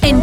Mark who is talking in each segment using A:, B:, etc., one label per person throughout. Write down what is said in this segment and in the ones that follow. A: En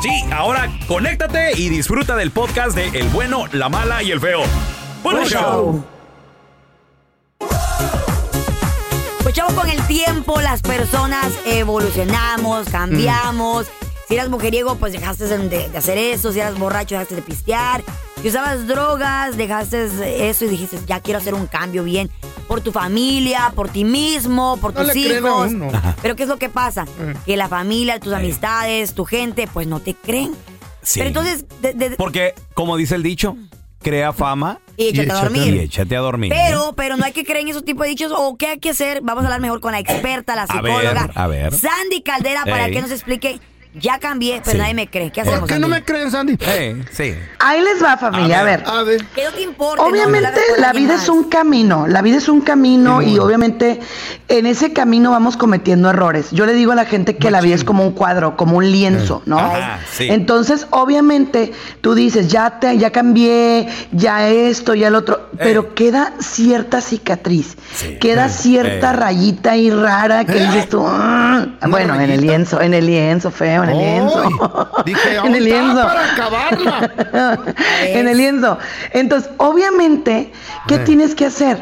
B: Sí, ahora conéctate y disfruta del podcast de El bueno, la mala y el feo. Bueno, show.
C: Pues chavo, con el tiempo las personas evolucionamos, cambiamos.
D: Mm.
C: Si eras mujeriego, pues dejaste de, de hacer eso. Si eras borracho, dejaste de pistear. Si usabas drogas, dejaste eso y dijiste, ya quiero hacer un cambio bien. Por tu familia, por ti mismo, por
D: No
E: Pues
C: tus
D: le creen a
C: hijos.
D: uno. Mm.
C: Pero ¿qué es lo que pasa? Que la familia, tus amistades, tu gente, pues no te creen.
B: Sí.
C: Pero entonces, de- de-
B: Porque, como dice el dicho, crea fama
C: Y échate a dormir.
B: y échate a dormir.
C: Pero, pero no hay que creer en esos tipos de dichos. ¿O qué hay que hacer? Vamos a hablar mejor con la experta, la
B: A ver,
C: psicóloga.
B: a ver.
C: Sandy Caldera, para
B: Ey.
C: que nos explique. Ya cambié, pero
B: Sí.
C: nadie me cree. ¿Qué hacemos?
D: ¿Por qué no
C: Sandy?
D: me creen, Sandy?
B: Eh, sí.
F: Ahí les va familia, a ver.
D: A ver.
C: ¿Qué no te importa?
F: Obviamente la vida es un camino, la vida es un camino y obviamente en ese camino vamos cometiendo errores. Yo le digo a la gente que la vida es como un cuadro, como un lienzo, ¿no?
B: Ajá, sí.
F: Entonces, obviamente tú dices, ya te ya cambié, ya esto, ya el otro,
D: Eh.
F: pero queda cierta cicatriz,
B: Sí.
F: queda
B: Eh,
F: cierta
B: eh.
F: rayita ahí rara que dices tú, "Ah". bueno, en el
D: Eh. rayita.
F: lienzo, en el lienzo feo, en el lienzo.
D: Ay, Dije,
F: en el
D: "Ahorita
F: lienzo.
D: para acabarla.
F: en el lienzo. Entonces, obviamente, ¿qué
D: Eh.
F: tienes que hacer?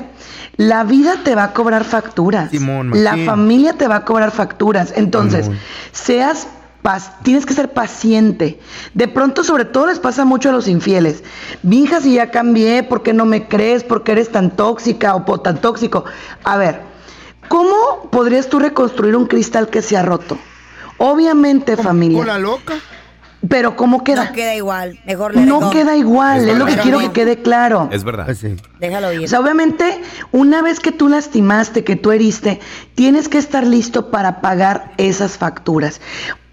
F: La vida te va a cobrar facturas.
D: Simón,
F: la
D: machín.
F: familia te va a cobrar facturas. Entonces,
D: Simón.
F: seas pas- tienes que ser paciente. De pronto, sobre todo, les pasa mucho a los infieles. Vinja si ya cambié, ¿por qué no me crees? ¿Por qué eres tan tóxica o po- tan tóxico? A ver, ¿cómo podrías tú reconstruir un cristal que se ha roto? Obviamente, familia.
D: Con la loca.
F: Pero ¿cómo queda?
C: No queda igual. Mejor le
F: No
C: dejo.
F: queda igual,
B: Es
F: es lo que
B: verdad.
F: quiero que quede claro.
B: Es verdad.
C: Déjalo ir.
F: O sea, obviamente, una vez que tú lastimaste, que tú heriste, tienes que estar listo para pagar esas facturas.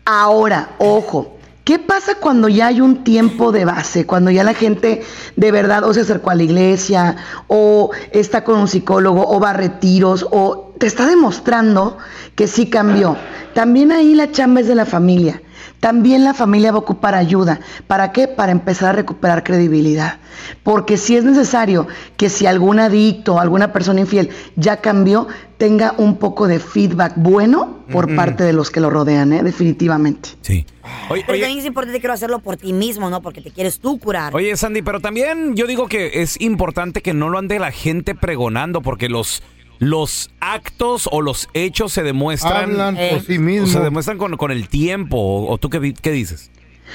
F: Ahora, ojo, ¿qué pasa cuando ya hay un tiempo de base? Cuando ya la gente de verdad o se acercó a la iglesia, o está con un psicólogo, o va a retiros, o te está demostrando que sí cambió. También ahí la chamba es de la familia. También la familia va a ocupar ayuda. ¿Para qué? Para empezar a recuperar credibilidad. Porque si es necesario que si algún adicto, alguna persona infiel ya cambió, tenga un poco de feedback bueno por parte de los que lo rodean, ¿eh? definitivamente.
B: Sí. Oye,
C: pero
B: oye,
C: también es importante quiero hacerlo por ti mismo, ¿no? Porque te quieres tú curar.
B: Oye, Sandy, pero también yo digo que es importante que no lo ande la gente pregonando porque los, los actos o los hechos se demuestran,
D: Hablan por
C: Eh.
D: sí
B: o
D: mismos.
B: se demuestran con, con el tiempo. ¿O, o tú qué, di- qué dices?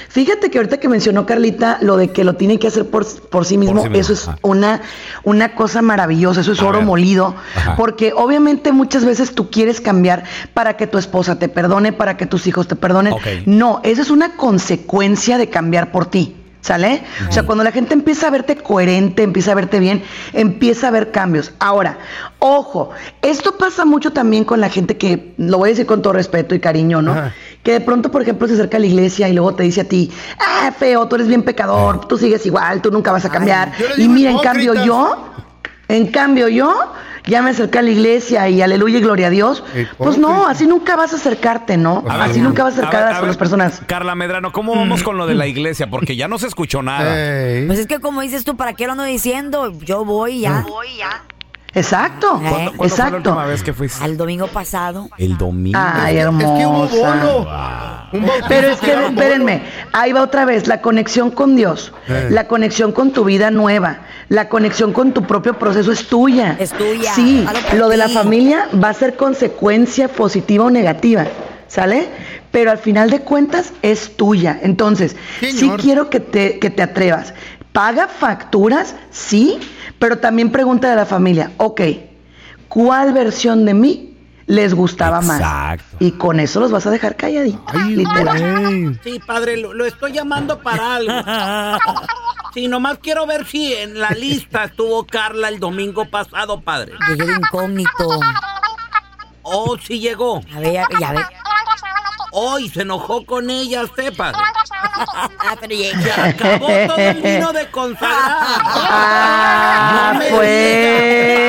F: Fíjate que ahorita que mencionó Carlita lo de que lo tiene que hacer por, por sí mismo,
B: sí mismo,
F: eso es
B: ajá.
F: una, una cosa maravillosa, eso es
B: A
F: oro
B: ver.
F: molido,
B: Ajá.
F: porque obviamente muchas veces tú quieres cambiar para que tu esposa te perdone, para que tus hijos te perdonen.
B: Ok.
F: No, esa es una consecuencia de cambiar por ti. ¿Sale? O sea, cuando la gente empieza a verte coherente, empieza a verte bien, empieza a ver cambios. Ahora, ojo, esto pasa mucho también con la gente que, lo voy a decir con todo respeto y cariño, ¿no?
D: Ajá.
F: Que de pronto, por ejemplo, se acerca a la iglesia y luego te dice a ti, ah, feo, tú eres bien pecador, tú sigues igual, tú nunca vas a cambiar.
D: yo les
F: y
D: digo
F: mira, en cambio
D: hipócritas.
F: yo, en cambio yo, ya me acerqué a la iglesia y aleluya y gloria a Dios. Pues no,
D: Hipócrita.
F: así nunca vas a acercarte, ¿no?
B: A ver,
F: así nunca vas a acercar
B: a ver,
F: a
B: a ver,
F: las personas.
B: Carla Medrano, ¿cómo vamos con lo de la iglesia? Porque ya no se escuchó nada.
D: Ey.
C: Pues es que como dices tú, ¿para qué lo ando diciendo? Yo voy ya.
F: Exacto,
C: ¿Cuándo- cuándo
B: ¿Cuándo
F: exacto.
B: fue la última vez que fuiste?
C: Al domingo pasado.
B: El domingo.
F: Ay,
D: Es
F: hermosa.
D: que hubo bolo. Un bautizo
F: Pero es que,
D: era un bolo.
F: espérenme, ahí va otra vez la conexión con Dios,
D: Eh.
F: la conexión con tu vida nueva, la conexión con tu propio proceso es tuya.
C: Es tuya,
F: Sí,
C: hazlo por
F: lo de la
C: ti.
F: familia va a ser consecuencia positiva o negativa, ¿sale? Pero al final de cuentas es tuya. Entonces, sí
D: Señor.
F: quiero que te, que te atrevas. Paga facturas, sí, pero también pregunta de la familia, ok, ¿cuál versión de mí les gustaba más?
B: Exacto.
F: Y con eso los vas a dejar calladitos.
D: Ay,
F: literal.
D: güey.
G: Sí, padre, lo, lo estoy llamando para algo. Sí, nomás quiero ver si en la lista estuvo Carla el domingo pasado, padre.
C: Llegué de incógnito.
G: Oh, sí llegó.
C: A ver, ya, ya ve.
G: Hoy se enojó con ella, usted, padre.
C: Ah, pero
G: Se
C: llegué.
G: acabó todo el vino de
C: Ah.
G: consagrar.
F: Ah,
G: No me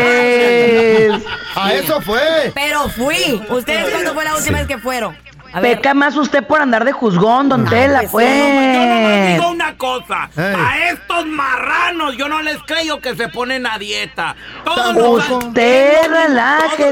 F: pues.
D: A eso fue.
C: Pero fui. ¿Ustedes cuándo fue la última vez que fueron? A ver.
F: Peca más usted por andar de juzgón, don Tela,
C: pues,
G: Yo nomás
F: pues.
G: digo una cosa.
D: Ey.
G: A estos marranos yo no les creo que se ponen a dieta. Todos
D: Tampoco.
G: los años-
F: Usted
G: todos los
F: relájese.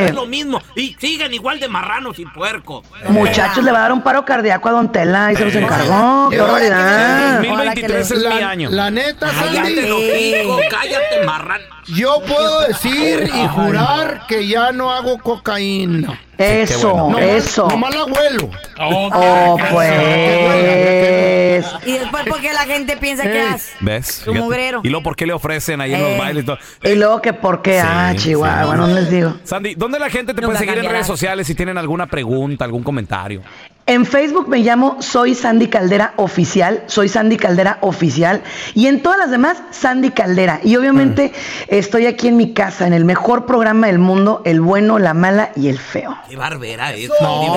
G: años Es lo mismo. Y siguen igual de marranos y puercos.
F: pues. Muchachos, le va a dar un paro cardíaco a don Tela y se los encargó. ¡Qué
D: Ahora
F: barbaridad!
D: que
C: Ahora que
B: 2023 es
D: La,
B: mi año.
D: Ah. la neta, Sandy,
G: Cállate, loquico, cállate, marrano.
D: yo puedo decir y jurar que ya no hago cocaína.
F: Eso,
D: Nomás-
F: eso.
D: Nomás la abuelo.
F: Oh, pues.
C: Y después, ¿por qué la gente piensa que haces?
B: ¿Ves?
C: Su
B: Fíjate.
C: mugrero.
B: Y luego, ¿por qué le ofrecen ahí en
C: Eh.
B: los bailes? y todo?
F: Y luego que por qué, ah,
B: Sí,
F: Chihuahua,
B: sí.
F: no les digo.
B: Sandy, ¿dónde la gente te
C: Nunca
B: puede seguir en
C: cambiarás.
B: redes sociales si tienen alguna pregunta, algún comentario?
F: En Facebook me llamo Soy Sandy Caldera Oficial, soy Sandy Caldera Oficial. Y en todas las demás, Sandy Caldera. Y obviamente estoy aquí en mi casa, en el mejor programa del mundo, el bueno, la mala y el feo.
G: Qué barbera es.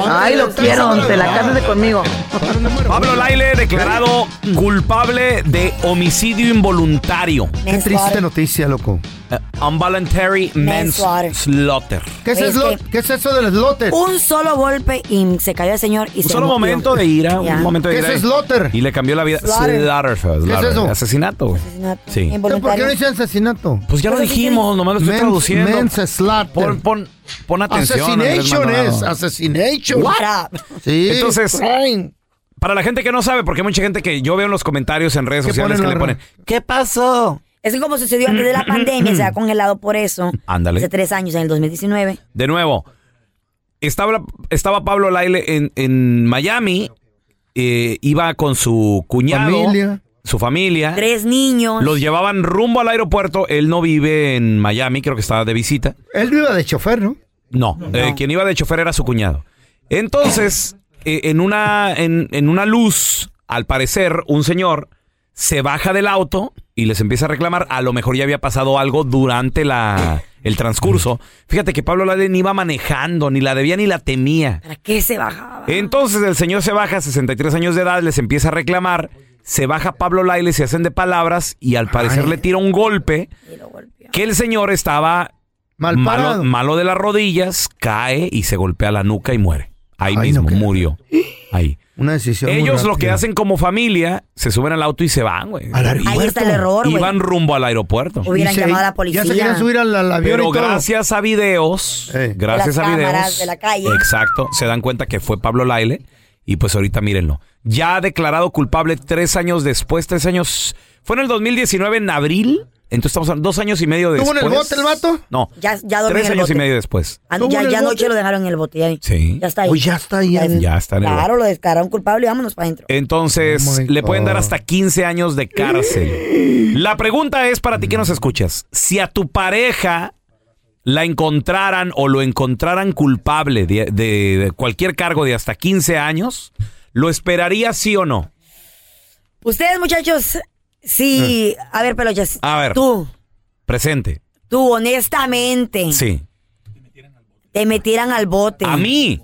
F: Ay, lo quiero, te la casas de conmigo.
B: Pablo Laile, declarado culpable de homicidio involuntario.
D: Qué triste noticia, loco.
B: Eh, Involuntary
C: Manslaughter.
B: manslaughter.
D: ¿Qué es,
C: Oye, es
D: eso?
C: que-
D: ¿Qué es eso del slotter?
C: Un solo golpe y se cayó el señor y
B: Un
C: se
B: solo
C: murió.
B: momento de ira,
C: Ya.
B: un momento de
D: ¿Qué
B: ira.
D: es
B: y-
D: slaughter?
B: Y le cambió la vida.
C: Slaughter.
B: Slaughter, slaughter,
D: eso?
B: Asesinato, güey.
C: Asesinato.
B: Sí.
D: Pero ¿Por qué
C: Involuntario.
D: no dice asesinato?
B: Pues ya lo
C: Pues así
B: dijimos, nomás lo estoy
D: Mens-
B: traduciendo.
D: mens slaughter.
B: Pon, pon, pon atención. Andrés
D: Assassination es.
B: Maldonado.
D: Assassination.
C: What up?
D: Sí.
B: Entonces,
D: Ay,
B: Para la gente que no sabe, porque hay mucha gente que yo veo en los comentarios en redes
D: ¿Qué
B: sociales
D: ponen
B: que le
D: en
B: ponen, ¿qué pasó?
C: Es que como sucedió antes de la pandemia, se ha congelado por eso.
B: Ándale.
C: Hace tres años, en el 2019.
B: De nuevo, estaba, estaba Pablo Laile en, en Miami, eh, iba con su cuñado,
D: Familia.
B: su familia,
C: Tres niños.
B: los llevaban rumbo al aeropuerto, él no vive en Miami, creo que estaba de visita.
D: él no iba de chofer, ¿no?
B: No, eh, quien iba de chofer era su cuñado. Entonces, eh, en, una, en, en una luz, al parecer, un señor se baja del auto y les empieza a reclamar. A lo mejor ya había pasado algo durante la, el transcurso. Fíjate que Pablo Laden iba manejando, ni la debía ni la temía.
C: ¿Para qué se bajaba?
B: Entonces el señor se baja, 63 años de edad, les empieza a reclamar. Se baja Pablo Laile, se hacen de palabras y al parecer le tira un golpe
C: Y lo golpeó.
B: que el señor estaba
D: Mal
B: malo,
D: parado.
B: malo de las rodillas, cae y se golpea la nuca y muere. Ahí
D: Ay,
B: mismo,
D: no, qué-
B: murió. Ahí.
D: Una decisión. muy
B: Ellos lo
D: rápida.
B: que hacen como familia, se suben al auto y se van, güey.
D: Al
C: Ahí
D: aeropuerto.
C: está el error,
B: Y
C: güey.
B: van rumbo al aeropuerto.
C: Hubieran
D: Y se-
C: llamado a la
D: Ya se
C: policía.
D: quieren subir al, al avión
B: Pero
D: y todo.
B: gracias a videos,
D: Eh.
B: gracias
C: De las
B: a videos.
C: cámaras de la calle.
B: Exacto, se dan cuenta que fue Pablo Laile y pues ahorita mírenlo. Ya declarado culpable tres años después, tres años. Fue en el 2019, en abril. Entonces estamos hablando dos años y medio
D: ¿Estuvo
B: después.
D: en el bote el vato?
B: No.
C: Ya- ya dormía
B: tres
C: en el
B: años y
C: bote.
B: medio después.
C: Ah,
D: ¿Cómo
C: ya,
D: en el
C: ya
D: bote?
C: anoche lo dejaron en el bote. Ya,
B: Sí.
C: ya está ahí.
D: Oh, ya está ahí.
B: Ya está en el
C: Claro, lo descararon culpable y vámonos para adentro.
B: Entonces,
D: Oh my
B: le pueden dar
D: God.
B: hasta 15 años de cárcel. La pregunta es para ti que nos escuchas. Si a tu pareja la encontraran o lo encontraran culpable de, de- de cualquier cargo de hasta 15 años, ¿lo esperaría sí o no?
C: Ustedes, muchachos, sí.
B: Ah.
C: A ver, pelochas.
B: A ver.
C: Tú,
B: Presente.
C: tú, honestamente,
B: Sí.
C: te metieran al bote.
B: A mí.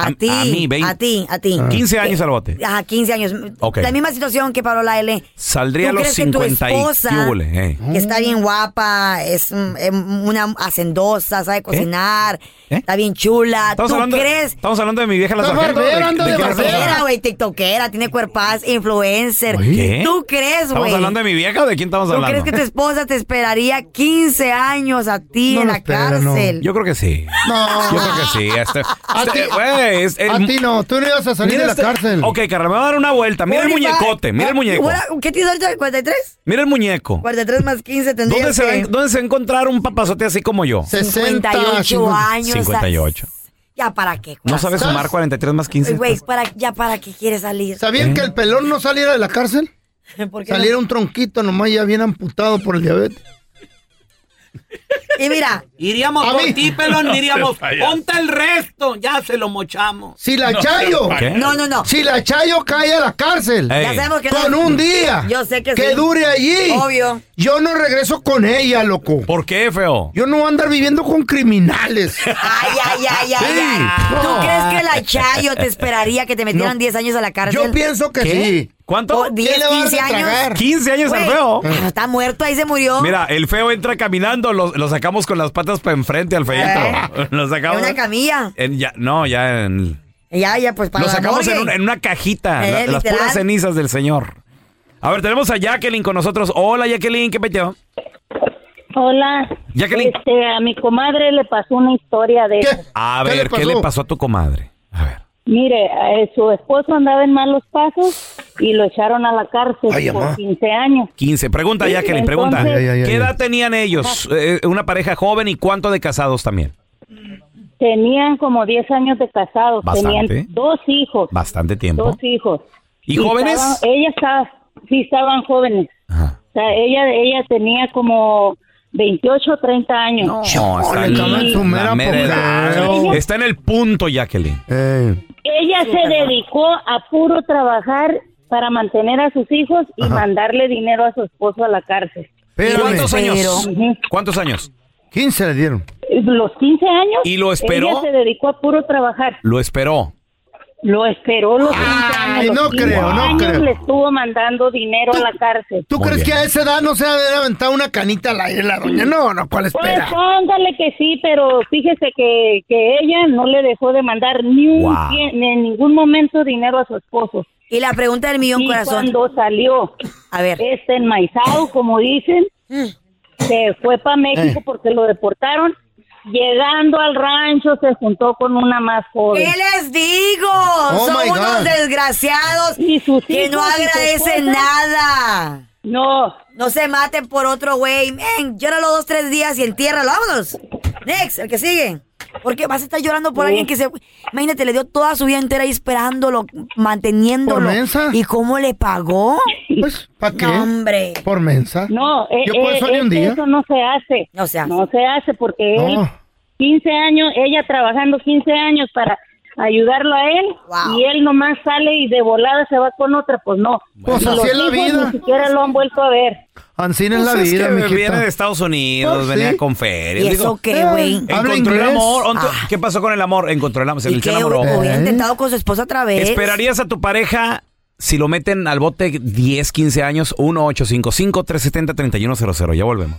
C: A
B: A-
C: ti.
B: a mí, vein-
C: A ti, a ti. Eh,
B: 15 años al bote.
C: Ajá, 15 años.
B: Ok.
C: La misma situación que Parola L.
B: Saldría a
C: ¿Tú
B: los
C: crees que tu
B: 50 y
C: esposa,
B: qué hubole, eh?
C: que está bien guapa, es, mm, em, una hacendosa, sabe cocinar,
B: ¿Eh?
C: está bien chula.
B: Estamos
C: ¿Tú
B: hablando,
C: crees?
B: estamos hablando de mi vieja la
D: Está
B: sargento.
D: barbera,
B: ¿De-
D: anda
B: de
D: de
B: qué me estás
D: barbera.
B: hablando?
C: Tiktokera, güey, tiktokera, tiene cuerpaz, influencer.
B: ¿Qué?
C: ¿Tú crees,
B: ¿Estamos
C: güey?
B: hablando de mi vieja o de quién estamos
C: ¿Tú
B: hablando?
C: crees que tu esposa te esperaría 15 años a ti
D: No
C: en
D: lo
C: la
D: espera, no.
C: cárcel?
B: Yo creo que sí.
D: No.
B: Yo creo que sí. Este,
D: A
B: este-
D: ti-
B: güey, es el-
D: A ti no, tú no ibas a salir
B: mira
D: de la
B: este-
D: cárcel.
B: Ok, carnal, me va a dar una vuelta. Mira el
C: Forty-five.
B: muñecote, mira el muñeco.
C: Ah, Ahora, ¿Qué tienes ahorita? ¿43?
B: Mira el muñeco.
C: 43 más 15 tendrías
B: ¿Dónde se, va,
C: que-
B: en- ¿Dónde se va a encontrar un papazote así como yo?
D: 60,
C: 58
D: 50.
C: años.
B: 58.
C: ¿Ya para qué?
B: ¿No sabes
D: ¿Estás?
B: sumar 43 más 15?
C: Ay, Güey, ¿para, ¿ya para qué quieres salir?
B: ¿Eh?
D: ¿Sabían que el pelón no saliera de la cárcel?
C: ¿Por qué no?
D: Saliera un tronquito nomás ya bien amputado por el diabetes.
C: Y mira,
G: Iríamos
D: A
G: por
D: mí-
G: ti, pelón, diríamos, ponte el resto, ya se lo mochamos.
D: Si la Chayo,
B: ¿Qué?
C: no, no, no.
D: si la Chayo cae a la cárcel
B: Ey.
C: Ya sabemos que no-
D: con un día
C: Yo sé que
D: que
C: sí.
D: dure allí,
C: Obvio.
D: yo no regreso con ella, loco.
B: ¿Por qué, feo?
D: Yo no voy a andar viviendo con criminales.
C: Ay, ay, ay, ay,
D: Sí.
C: ay. ¿Tú
D: No.
C: crees que la Chayo te esperaría que te metieran
D: No.
C: 10 años a la cárcel?
D: Yo pienso que sí.
B: ¿Cuánto?
C: Oh, di-
D: ¿Quién
C: 10,
D: le va a dar de
C: 15 años?
D: tragar?
B: 15 años
C: Güey,
B: el feo.
C: pero está muerto, ahí se murió.
B: Mira, el feo entra caminando, lo, lo sacamos con las patas para enfrente al feito. Lo
C: en
B: sacamos.
C: Eh. una camilla.
B: en- ya- no, ya en.
C: Ya, ya, pues para
B: Lo
C: la
B: sacamos en,
C: morgue.
B: un- en una cajita,
C: Eh,
B: la- las
C: literal.
B: puras cenizas del señor. A ver, tenemos a Jacqueline con nosotros. Hola, Jacqueline, ¿qué peteo?
H: Hola.
B: Jacqueline.
H: Este, a mi comadre le pasó una historia de...
D: ¿Qué?
B: A
D: ¿Qué
B: ver, ¿qué le pasó a tu comadre? A ver.
H: Mire, eh, su esposo andaba en malos pasos y lo echaron a la cárcel
D: Ay,
H: por
D: amá.
H: 15 años.
B: 15. Pregunta,
H: Sí,
B: Jacqueline,
H: entonces-
B: pregunta.
D: Ay, ay, ay,
B: ¿Qué
D: ay.
B: edad tenían ellos? Eh, una pareja joven y cuánto de casados también.
H: Tenían como 10 años de casados.
B: Bastante.
H: Tenían dos hijos.
B: Bastante tiempo.
H: Dos hijos.
B: ¿Y jóvenes?
H: estaban- ella estaba... Sí, estaban jóvenes.
B: Ajá.
H: O sea, ella, ella tenía como 28 o 30 años.
B: No, está,
D: le estaba en su
B: la
D: mera
B: mera edad.
D: apogeo.
B: Está en el punto, Jacqueline.
D: Eh,
H: Ella se dedicó a puro trabajar para mantener a sus hijos y mandarle dinero a su esposo a la cárcel.
D: espérame,
B: ¿Cuántos años?
H: Ujú.
B: ¿Cuántos años?
D: 15 le dieron.
H: Los 15 años.
B: ¿Y lo esperó?
H: Ella se dedicó a puro trabajar.
B: Lo esperó.
H: Lo esperó los 15
D: Ay,
H: años.
D: no
H: los 15
D: creo, no
H: años
D: creo.
H: le estuvo mandando dinero a la cárcel.
D: ¿Tú
B: Muy
D: crees
B: bien.
D: que a esa edad no se ha de haber aventado una canita al aire la doña? No, no, ¿cuál
H: Pues
D: espera?
H: póngale que sí, pero fíjese que, que ella no le dejó de mandar ni un
B: Wow.
H: cien- en ningún momento dinero a su esposo.
C: Y la pregunta del millón,
H: y
C: corazón.
H: cuando salió
C: A ver. Mm.
H: este enmaizado, como dicen, se fue para México porque lo deportaron. Llegando al rancho se juntó con una más joven.
C: ¿Qué les digo? Son
D: Oh my
C: unos
D: God.
C: desgraciados
H: Y sus
C: que no
H: hijos y su
C: agradecen
H: esposa.
C: nada.
H: No,
C: No se maten por otro güey. Men, llóralo dos, tres días y entiérralo. Vámonos. Next, el que sigue. Porque vas a estar llorando por alguien que se. Imagínate, le dio toda su vida entera ahí esperándolo, manteniéndolo.
D: ¿Por mensa?
C: ¿Y cómo le pagó?
D: Pues, ¿para qué?
C: No, hombre.
D: Por mensa.
H: no, eh,
D: Yo por
H: eh,
D: eso ni un
H: es que
D: día.
H: eso no se hace.
C: No se hace.
H: hace porque él,
D: No.
H: 15 años, ella trabajando 15 años para ayudarlo a él
C: Wow.
H: y él nomás sale y de volada se va con otra, pues no.
D: Pues
H: Y
D: así
H: los
D: es la
H: hijos
D: vida.
H: Ni siquiera lo han vuelto a ver.
D: Ancina es
B: Pues
D: la
B: es
D: vida,
B: que
D: mijita.
B: Viene de Estados Unidos,
D: Pues
B: venía
D: sí.
B: con ferias.
C: ¿Y
B: Digo,
C: eso qué, güey?
D: eh, Habla
B: Encontró el
D: inglés.
B: amor. Onto-
C: Ah.
B: ¿Qué pasó con el amor? Encontró el amor. Se,
C: ¿Y
B: se
C: qué?
B: enamoró.
C: ¿O
D: Eh.
C: había intentado con su esposa otra vez?
B: ¿Esperarías a tu pareja si lo meten al bote 10, 15 años? 1-855-370-3100. Ya volvemos.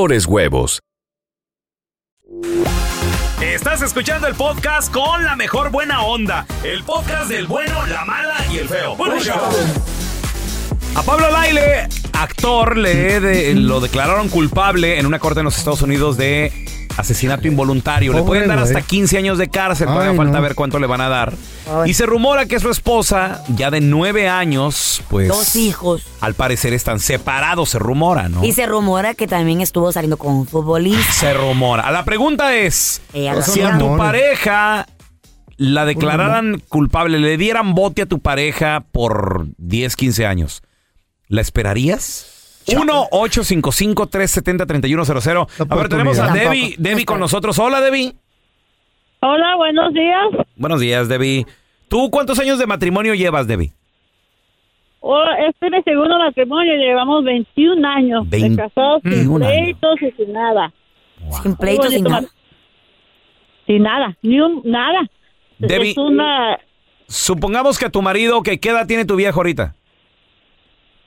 I: huevos.
B: Estás escuchando el podcast con la mejor buena onda. El podcast del bueno, la mala y el feo. Bueno, A Pablo Laile, actor, le de- lo declararon culpable en una corte en los Estados Unidos de asesinato involuntario. le
E: Pobre
B: pueden dar
E: güey.
B: hasta 15 años de cárcel, todavía
E: Ay,
B: falta
E: no.
B: ver cuánto le van a dar. Y se rumora que su esposa, ya de nueve años, pues...
C: Dos hijos.
B: Al parecer están separados, se rumora, ¿no?
C: Y se rumora que también estuvo saliendo con un futbolista.
B: Se rumora. La pregunta es,
C: lo
B: si
C: hacía.
B: a tu pareja la declararan culpable, le dieran bote a tu pareja por 10, 15 años, ¿la esperarías? 1-855-370-3100. A ver, tenemos a
J: Tampoco.
B: Debbie, Debbie con nosotros. Hola, Debbie.
J: Hola, buenos días.
B: Buenos días, Debbie. ¿Tú cuántos años de matrimonio llevas, Debbie?
J: Oh, este es mi segundo matrimonio, llevamos 21 años de
B: 21
J: casados sin
B: años.
J: pleitos y sin nada.
C: Sin
B: pleitos, sin nada.
J: Sin nada, ni un nada.
B: Debbie.
J: Es una
B: Supongamos que tu marido, que ¿qué edad tiene tu viejo ahorita?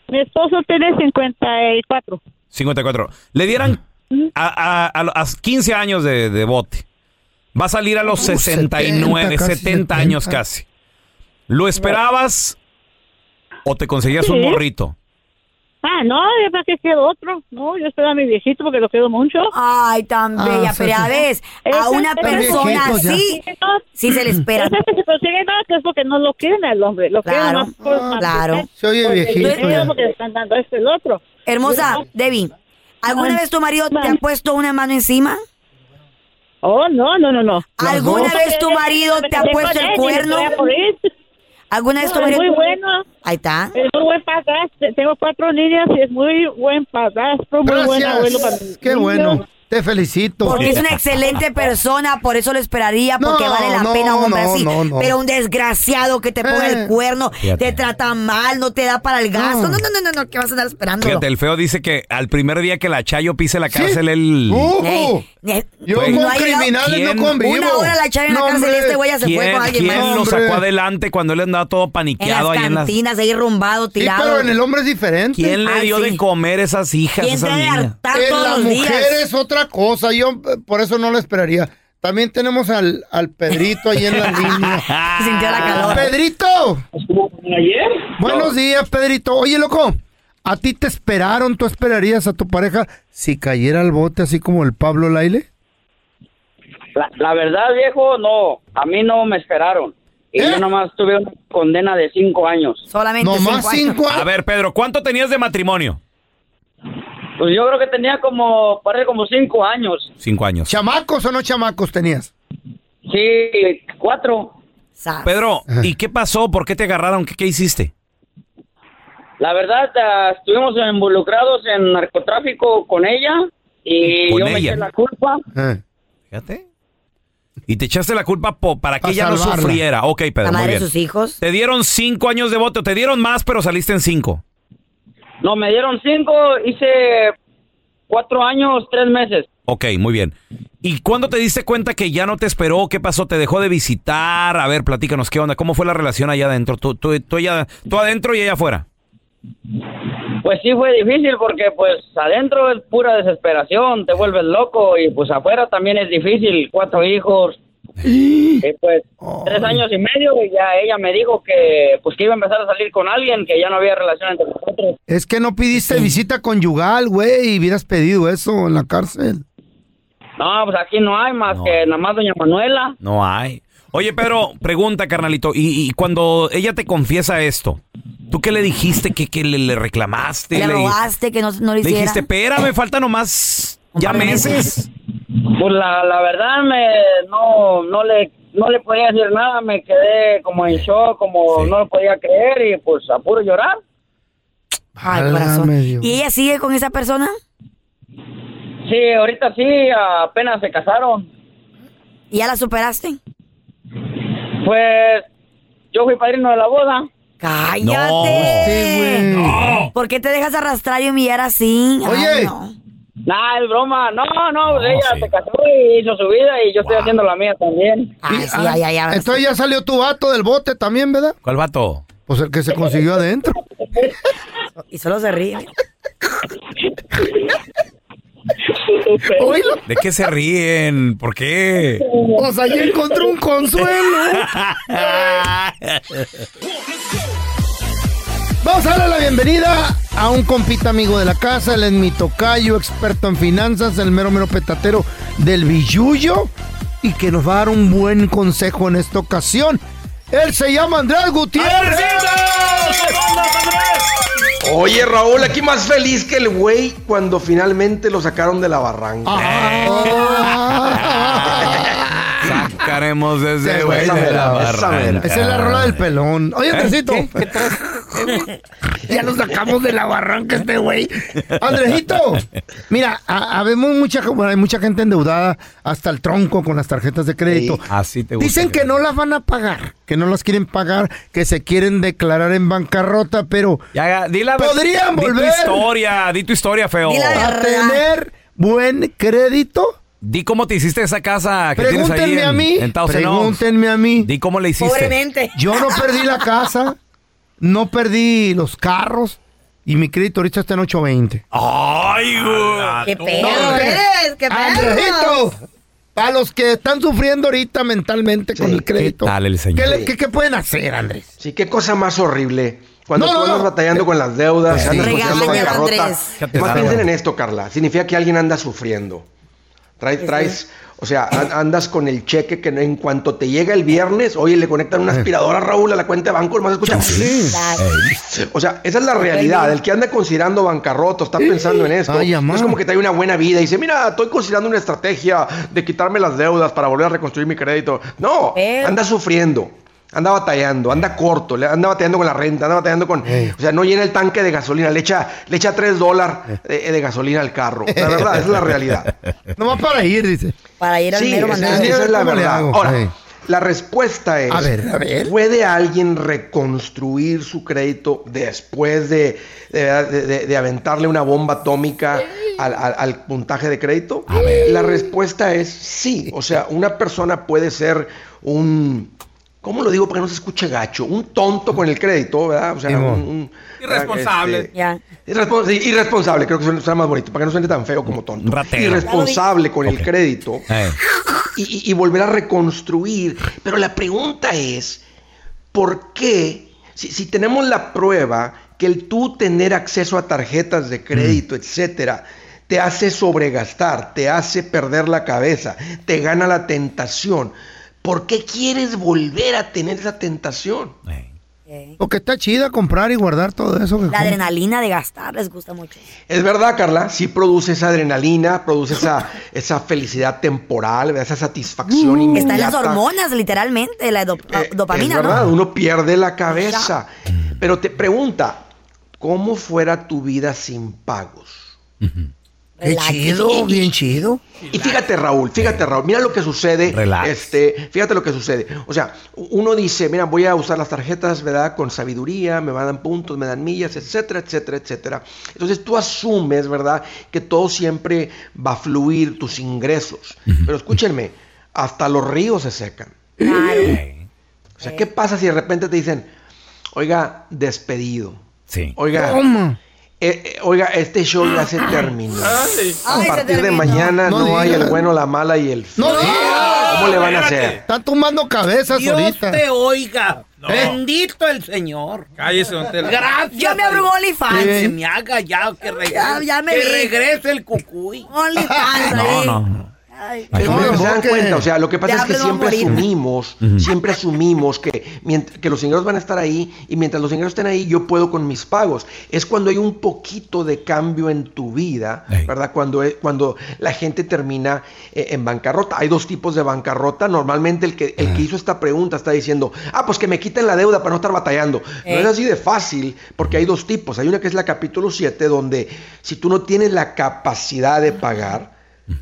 J: mi esposo tiene 54.
B: 54. Le dieran a, a- a los- a 15 años de, de bote. Va a salir a los
E: Uh,
B: 69, 70,
E: 70, casi 70.
B: años casi. ¿Lo esperabas o te conseguías un
J: Sí.
B: morrito?
J: Ah, no, yo para que quede otro. No, yo espero a mi viejito porque lo quiero mucho.
C: Ay, tan
J: Ah,
C: bella,
J: sí,
C: pero a
J: sí.
C: ves, a
J: Ese-
C: una
J: ese
C: persona
J: que se
C: así,
J: consigue todo-
C: sí se le espera.
J: Ese que se consigue nada que es porque no lo quieren al hombre, lo quieren
C: Claro,
J: más por
C: ah,
J: mantener,
C: claro. Se oye
J: por el
C: viejito
J: dinero,
C: ya.
J: porque le están dando este el otro.
C: Hermosa, Debbie, ¿alguna
J: Ay,
C: vez tu marido te ha puesto una mano encima?
J: Oh, no, no, no, no.
C: ¿Alguna
J: dos.
C: vez tu marido te ha
J: Tengo
C: puesto
J: leche,
C: el
J: me
C: cuerno?
J: voy a morir.
C: ¿Alguna vez tu
J: No, es
C: marido?
J: muy bueno.
C: Ahí está.
J: Es muy buen padrastro. Tengo cuatro niñas y es muy buen padrastro, muy buen abuelo para mis
D: Qué
J: niños.
D: bueno. Te felicito.
C: Porque es una excelente persona, por eso lo esperaría, porque
D: No,
C: vale la
D: no,
C: pena un hombre
D: no,
C: así.
D: no, no.
C: Pero un desgraciado que te pone el cuerno,
B: Fíjate.
C: te trata mal, no te da para el gasto. No, no, no, no, no, ¿qué vas a andar esperando?
B: Fíjate, el feo dice que al primer día que la Chayo pise la cárcel, él...
C: Yo
B: Uh, con criminales no convivo.
C: pues, Una hora la echaba en
B: No,
C: la cárcel y
B: hombre.
C: este güey ya se fue
B: ¿Quién,
C: con alguien
B: quién
C: más.
B: lo sacó adelante cuando él andaba todo
C: En las
B: paniqueado ahí en las...
C: cantinas, ahí rumbado, tirado.
D: pero en el hombre es diferente.
B: ¿Quién
C: Ah,
B: le dio de comer esas hijas,
D: ¿Quién
B: esas
D: te ha de
B: niñas?
D: Eh,
C: todos
D: la
C: los días.
D: mujer es otra cosa. Yo eh, por eso no la esperaría. También tenemos al, al Pedrito ahí en la línea.
C: Sintió la calor.
D: ¡Pedrito!
K: ayer?
D: Buenos días, Pedrito. Oye, loco, ¿a ti te esperaron? ¿Tú esperarías a tu pareja si cayera al bote así como el Pablo Laile?
K: La, la verdad, viejo, no. A mí no me esperaron. Y yo nomás tuve una condena de cinco años.
C: ¿Eh? Solamente
B: A ver, Pedro, ¿cuánto tenías de matrimonio?
K: Pues yo creo que tenía como, parece como cinco años.
B: Cinco años.
D: ¿Chamacos o no chamacos tenías?
K: Sí, cuatro.
B: Pedro, ¿y qué pasó? ¿Por qué te agarraron? ¿Qué, qué hiciste?
K: La verdad, ah, estuvimos involucrados en narcotráfico con ella. Y
B: ¿Con
K: yo me
B: ella?
K: eché la culpa.
B: Fíjate. Y te echaste la culpa po- para que
K: Pa'
B: ella no
K: salvarla.
B: sufriera. Ok, Pedro,
C: La
B: muy
C: madre de
B: bien.
C: sus hijos.
B: Te dieron cinco años de voto. Te dieron más, pero saliste en cinco.
K: No, me dieron cinco. Hice cuatro años, tres meses.
B: Ok, muy bien. ¿Y cuándo te diste cuenta que ya no te esperó? ¿Qué pasó? ¿Te dejó de visitar? A ver, platícanos, ¿qué onda? ¿Cómo fue la relación allá adentro? Tú, tú, tú, ella- tú adentro y ella afuera.
K: Pues sí fue difícil porque pues adentro es pura desesperación, te vuelves loco y pues afuera también es difícil, cuatro hijos, Y pues, tres años y medio, y ya ella me dijo que, pues, que iba a empezar a salir con alguien, que ya no había relación entre nosotros.
D: Es que no pidiste visita conyugal, güey, y hubieras pedido eso en la cárcel.
K: No, pues aquí no hay más que nada más doña Manuela.
B: No hay. Oye, Pedro, pregunta, carnalito. Y, y cuando ella te confiesa esto, ¿tú qué le dijiste? ¿Qué, qué le, le reclamaste?
C: Le
B: ¿Le di-
C: rogaste que no, no lo
B: le
C: hiciera.
B: dijiste, espérame, falta nomás ya meses?
K: Pues la, la verdad me no no le no le podía decir nada, me quedé como en shock, como no lo podía creer y pues a puro llorar.
C: Ay, corazón. ¿Y ella sigue con esa persona?
K: Sí, ahorita sí, apenas se casaron.
C: ¿Y ya la superaste?
K: Pues yo fui padrino de la boda.
C: ¡Cállate!
D: este,
C: ¿Por qué te dejas arrastrar y humillar así? Oye.
K: Nah, es broma. No, no, ella se casó y hizo su vida y yo estoy haciendo la mía también.
D: Y- ah, Entonces ya salió tu vato del bote también, ¿verdad?
B: ¿Cuál vato?
D: Pues el que se consiguió adentro.
C: Y solo se ríe.
D: Oílo.
B: ¿De qué se ríen? ¿Por qué?
D: Pues allí encontró un consuelo. Vamos a darle la bienvenida a un compita amigo de la casa, el es mi tocayo, experto en finanzas, el mero mero petatero del billuyo y que nos va a dar un buen consejo en esta ocasión. Él se llama Andrés Gutiérrez.
E: Oye, Raúl, aquí más feliz que el güey cuando finalmente lo sacaron de la barranca.
B: Ah. Sacaremos desde güey de la barranca.
D: Esa es la rola del pelón. Oye,
B: ¿Eh?
D: Andresito. ya lo sacamos de la barranca este güey. Andresito, mira, ha- habemos mucha, bueno, hay mucha gente endeudada hasta el tronco con las tarjetas de crédito.
B: Así te gusta.
D: Dicen que no las van a pagar, que no las quieren pagar, que se quieren declarar en bancarrota, pero
B: Ya, di la-
D: podrían
B: di
D: volver
B: tu historia, di tu historia, feo.
D: a tener buen crédito.
B: Di cómo te hiciste esa casa que
D: Pregúntenme
B: tienes ahí en,
D: a mí,
B: en Thousand Oaks.
D: pregúntenme a mí.
B: Di cómo le hiciste.
D: Yo no perdí la casa, no perdí los carros y mi crédito ahorita está en 820.
B: ¡Ay, güey!
D: ¡Qué
L: perro
D: eres! ¡Qué A los que están sufriendo ahorita mentalmente con el crédito. ¿Qué
B: tal el señor?
D: le- qué- qué pueden hacer, Andrés?
E: Sí, qué cosa más horrible. Cuando
D: No,
E: tú
D: no,
E: andas
D: no.
E: batallando con las deudas,
D: Sí.
E: andas
D: Regaña,
E: buscando bancarrota.
D: Andrés.
E: Es Más piensen en esto, Carla. Significa que alguien anda sufriendo. Trae- traes, o sea, an- andas con el cheque que en cuanto te llega el viernes, oye, le conectan
D: Eh.
E: una aspiradora Raúl a la cuenta de banco, más escucha. O sea, esa es la realidad. El que anda considerando bancarroto está pensando en esto.
D: Ay,
E: no
D: amá.
E: es como que trae una buena vida y dice, mira, estoy considerando una estrategia de quitarme las deudas para volver a reconstruir mi crédito. No,
D: Eh.
E: anda sufriendo. Anda batallando, anda corto, le- anda batallando con la renta, anda batallando con... O sea, no llena el tanque de gasolina, le echa, le echa 3 dólares de, de gasolina al carro. La verdad, esa es la realidad.
D: Eh. No va para ir, dice.
C: Para ir al
E: Sí,
C: mero
E: esa-
C: mandado.
E: esa es la
D: ¿Cómo le
E: verdad.
D: hago?
E: Ahora,
D: Sí.
E: la respuesta es,
D: A ver, a ver.
E: ¿puede alguien reconstruir su crédito después de, de- de- de aventarle una bomba atómica al, al- al puntaje de crédito? La respuesta es sí. O sea, una persona puede ser un... ¿Cómo lo digo para que no se escuche gacho? Un tonto con el crédito, ¿verdad? O sea,
D: Simón.
E: un- un-
B: Irresponsable.
E: este, Irrespons- sí, irresponsable, creo que suena, suena más bonito, para que no suene tan feo como tonto. Irresponsable con el crédito y, y- y volver a reconstruir. Pero la pregunta es, ¿por qué? Si, si tenemos la prueba que el tú tener acceso a tarjetas de crédito, etcétera, te hace sobregastar, te hace perder la cabeza, te gana la tentación. ¿Por qué quieres volver a tener esa tentación?
D: Porque está chida comprar y guardar todo eso. que
C: La
D: compras.
C: adrenalina de gastar les gusta mucho.
E: Es verdad, Carla, sí produce esa adrenalina, produce esa, esa felicidad temporal, ¿verdad? esa satisfacción
C: Mm. Está
E: inmediata.
C: en las hormonas, literalmente, la dop- eh, dopamina,
E: Eh, es verdad,
C: ¿no?
E: uno pierde la cabeza. Pero te pregunta, ¿cómo fuera tu vida sin pagos?
D: Qué chido, bien chido.
E: Y fíjate, Raúl, fíjate, Raúl, mira lo que sucede. Este, fíjate lo que sucede. O sea, u- uno dice, mira, voy a usar las tarjetas, ¿verdad? Con sabiduría, me van a dar puntos, me dan millas, etcétera, etcétera, etcétera. Entonces tú asumes, ¿verdad? Que todo siempre va a fluir, tus ingresos. Pero escúchenme, hasta los ríos se secan.
L: Eh.
E: O sea, ¿qué pasa si de repente te dicen, oiga, despedido?
B: Sí.
E: Oiga, eh, eh, oiga, este show ya se terminó.
L: Ay.
E: A
L: Ay, se
E: partir de
L: terminó.
E: mañana
L: No
E: no, hay
L: digas.
E: el bueno, la mala y el feo.
D: No digas.
E: ¿Cómo le van a hacer?
D: Están tumbando cabezas
G: Dios
D: ahorita.
G: te oiga. Bendito el Señor.
L: Cállese, don Tela.
G: Gracias.
C: Yo me abro un OnlyFans.
G: Que Se me haga ya que regrese,
C: Ya- ya me
G: que
C: vi.
G: regrese el cucuy. Ah,
C: OnlyFans.
E: No,
B: no,
E: Pero
G: no,
E: ustedes se dan
G: porque-
E: cuenta, o sea, lo que pasa
G: Ya
E: es que
G: me voy a
E: siempre
G: morir.
E: asumimos, siempre asumimos que, mient- que los ingenieros van a estar ahí y mientras los ingenieros estén ahí yo puedo con mis pagos. Es cuando hay un poquito de cambio en tu vida, ¿verdad? Cuando, es- cuando la gente termina eh, en bancarrota. Hay dos tipos de bancarrota. Normalmente el que, el que hizo esta pregunta está diciendo, ah, pues que me quiten la deuda para no estar batallando. No
M: Ey.
E: es así de fácil porque hay dos tipos. Hay una que es la capítulo 7 donde si tú no tienes la capacidad de pagar,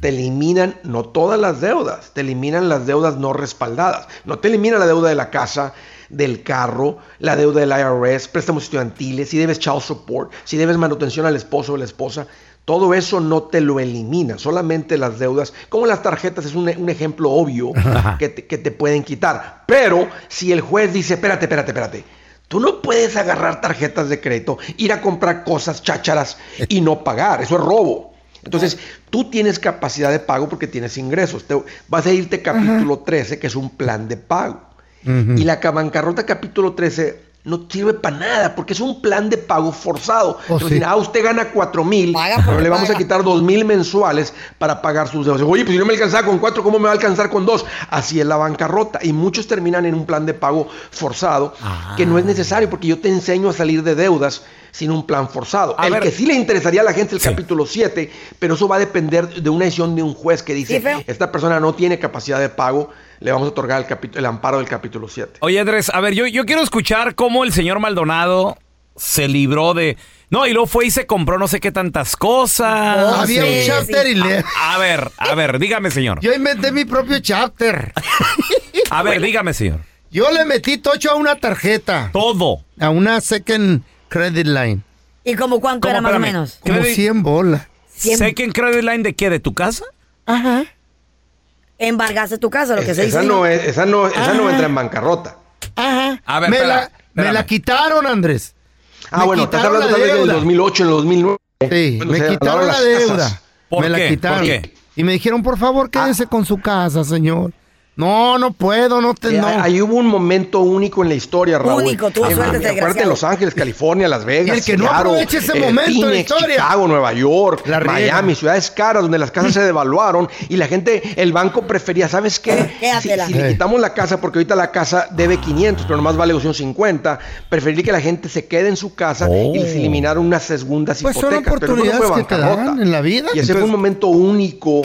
E: te eliminan no todas las deudas, te eliminan las deudas no respaldadas. No te elimina la deuda de la casa, del carro, la deuda del IRS, préstamos estudiantiles, si debes child support, si debes manutención al esposo o la esposa. Todo eso no te lo elimina, solamente las deudas, como las tarjetas es un, un ejemplo obvio que te, que te pueden quitar. Pero si el juez dice, espérate, espérate, espérate, Tú no puedes agarrar tarjetas de crédito, ir a comprar cosas chácharas y no pagar. Eso es robo. Entonces, tú tienes capacidad de pago porque tienes ingresos. Te- vas a irte capítulo 13, que es un plan de pago. Y la ca- bancarrota capítulo 13 no sirve para nada porque es un plan de pago forzado.
M: Oh,
E: Te dicen,
M: sí.
E: ah, usted gana 4 mil, pero le vamos a quitar 2 mil mensuales para pagar sus deudas. Oye, pues si no me alcanzaba con 4, ¿cómo me va a alcanzar con 2? Así es la bancarrota. Y muchos terminan en un plan de pago forzado
M: Ah.
E: que no es necesario porque yo te enseño a salir de deudas sin un plan forzado. el que sí le interesaría a la gente el capítulo 7, pero eso va a depender de una decisión de un juez que dice,
B: Sí, feo.
E: esta persona no tiene capacidad de pago, le vamos a otorgar el, capi- el amparo del capítulo 7.
B: Oye, Andrés, a ver, yo, yo quiero escuchar cómo el señor Maldonado se libró de. No, y luego fue y se compró no sé qué tantas cosas.
D: Oh, había un chapter y le-
B: A, a ver, a ver, dígame, señor.
D: Yo inventé mi propio chapter.
B: A ver, dígame, señor.
D: Yo le metí tocho a una tarjeta.
B: Todo.
D: A una second credit line.
C: ¿Y como cuánto
D: ¿Cómo,
C: era más o
D: espérame?
C: menos?
D: Como 100 bolas.
B: ¿Sé que en Credit Line de qué? ¿De tu casa?
C: Ajá. Embargaste tu casa, lo que se dice.
E: Esa no, es- esa no, esa no entra en bancarrota.
D: Ajá.
E: A ver,
D: me,
E: espera,
D: la, me la quitaron, Andrés.
E: Ah,
D: Me
E: bueno, estás
D: quitaron
E: hablando
D: la
E: tal vez del
D: deuda.
E: 2008, en el 2009.
D: Sí,
E: cuando
D: me
E: se
D: quitaron
E: hablaron
D: la
E: las Ah.
D: deuda.
E: tasas.
D: me la quitaron.
E: ¿Por qué?
D: Y me dijeron, por favor, quédese con su casa, señor. No, no puedo, no te.
E: Eh,
D: no.
E: Ahí hubo un momento único en la historia, Raúl.
D: Único, tuvo
E: Eh,
D: suerte,
E: Acuérdate
D: este desgraciado.
E: en Los Ángeles, California, Las Vegas. eh,
D: Y el que no aproveche ese momento en la
E: Phoenix,
D: historia.
E: Chicago, Nueva York,
D: riega.
E: Miami, ciudades caras donde las casas se devaluaron y la gente, el banco prefería, ¿sabes qué? Si,
C: Quédatela.
E: si le quitamos la casa, porque ahorita la casa debe 500, pero nomás vale 250, preferir que la gente se quede en su casa y
B: Oh.
E: les eliminaron unas segundas
D: Pues son
E: hipotecas. pero eso no fue
D: oportunidades que te
E: bancarrota.
D: dan en la vida.
E: Y ese fue un momento único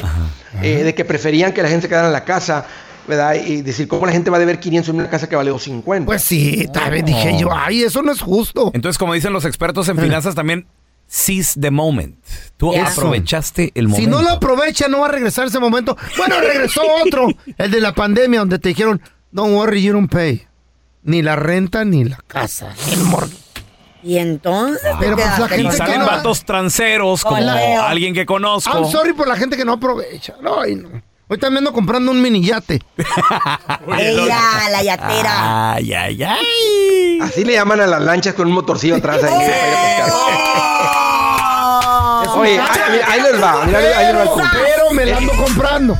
E: eh, de que preferían que la gente se quedara en la casa, ¿verdad? Y decir, ¿cómo la gente va a deber 500 en una casa que vale 250?
D: Pues sí, tal vez dije yo, "Ah, ay, eso no es justo.
B: Entonces, como dicen los expertos en finanzas también, seize the moment. Tú
D: Eso.
B: aprovechaste el
D: Si
B: momento.
D: no lo aprovecha, no va a regresar ese momento. Bueno, regresó otro, el de la pandemia, donde te dijeron, don't worry, you don't pay. Ni la renta, ni la casa. El morgue.
C: Y entonces. te
D: Pero pues la
C: quedaste
D: gente
B: y
D: que
B: salen
D: no...
B: vatos tranceros como
D: Hola.
B: alguien que conozco.
D: I'm sorry por la gente que no aprovecha. No, ay, no. Hoy también ando comprando un mini yate.
E: Ah,
C: Ella, la yatera.
B: Ay, ay, ay.
E: Así le llaman a las lanchas con un motorcillo atrás. ahí, para ir a pescar. Oye, ahí, mira, ahí les va. Ah, mira, ahí les va el punto. Eh,
D: Pero me la ando comprando.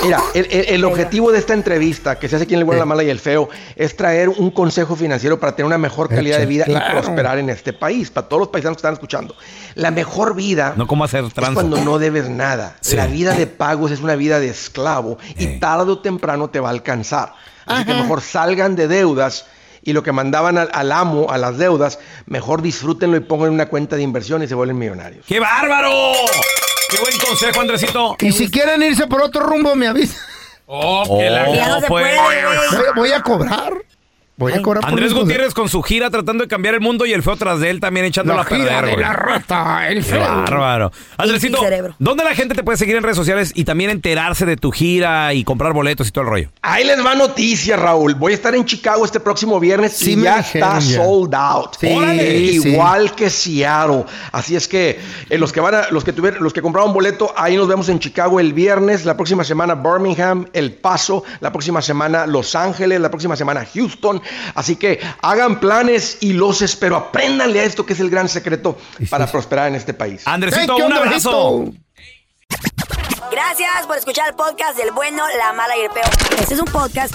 E: Mira, el, el- el objetivo de esta entrevista, que se hace aquí en el bueno, la mala y el feo, es traer un consejo financiero para tener una mejor calidad de vida y
B: claro.
E: prosperar en este país, para todos los paisanos que están escuchando. La mejor vida
B: No como hacer
E: es
B: tranza.
E: cuando no debes nada.
B: Sí.
E: La vida de pagos es una vida de esclavo y tarde o temprano te va a alcanzar. Así que mejor salgan de deudas y lo que mandaban al, al amo, a las deudas, mejor disfrútenlo y pongan en una cuenta de inversión y se vuelven millonarios.
B: ¡Qué bárbaro! ¡Qué buen consejo, Andresito!
D: Y si quieren irse por otro rumbo, me avisan.
L: Oh,
B: que la- Ya no se pues. puede, güey.
D: Voy, voy a cobrar. Voy a cobrar por
B: Andrés
D: mi-
B: Gutiérrez con su gira tratando de cambiar el mundo y el feo tras de él también echándolo
D: La
B: a
D: gira
B: perder.
D: de
B: güey.
D: la rata, el
B: Qué
D: feo.
B: bárbaro. Andresito,
D: sin cerebro.
B: ¿dónde la gente te puede seguir en redes sociales y también enterarse de tu gira y comprar boletos y todo el rollo?
E: Ahí les va noticia, Raúl. Voy a estar en Chicago este próximo viernes
B: Sí
E: y
B: me
E: ya
B: dijeron
E: está
B: ya.
E: sold out.
B: Sí,
E: Órale.
B: sí.
E: Igual que Seattle. Así es que eh, los que van a, los que tuvieron, los que compraron boleto, ahí nos vemos en Chicago el viernes, la próxima semana Birmingham, El Paso, la próxima semana Los Ángeles, la próxima semana Houston. Así que hagan planes y los espero. Apréndanle a esto que es el gran secreto para prosperar en este país.
B: Andresito, un abrazo.
C: Gracias por escuchar el podcast del bueno, la mala y el peor. Este es un podcast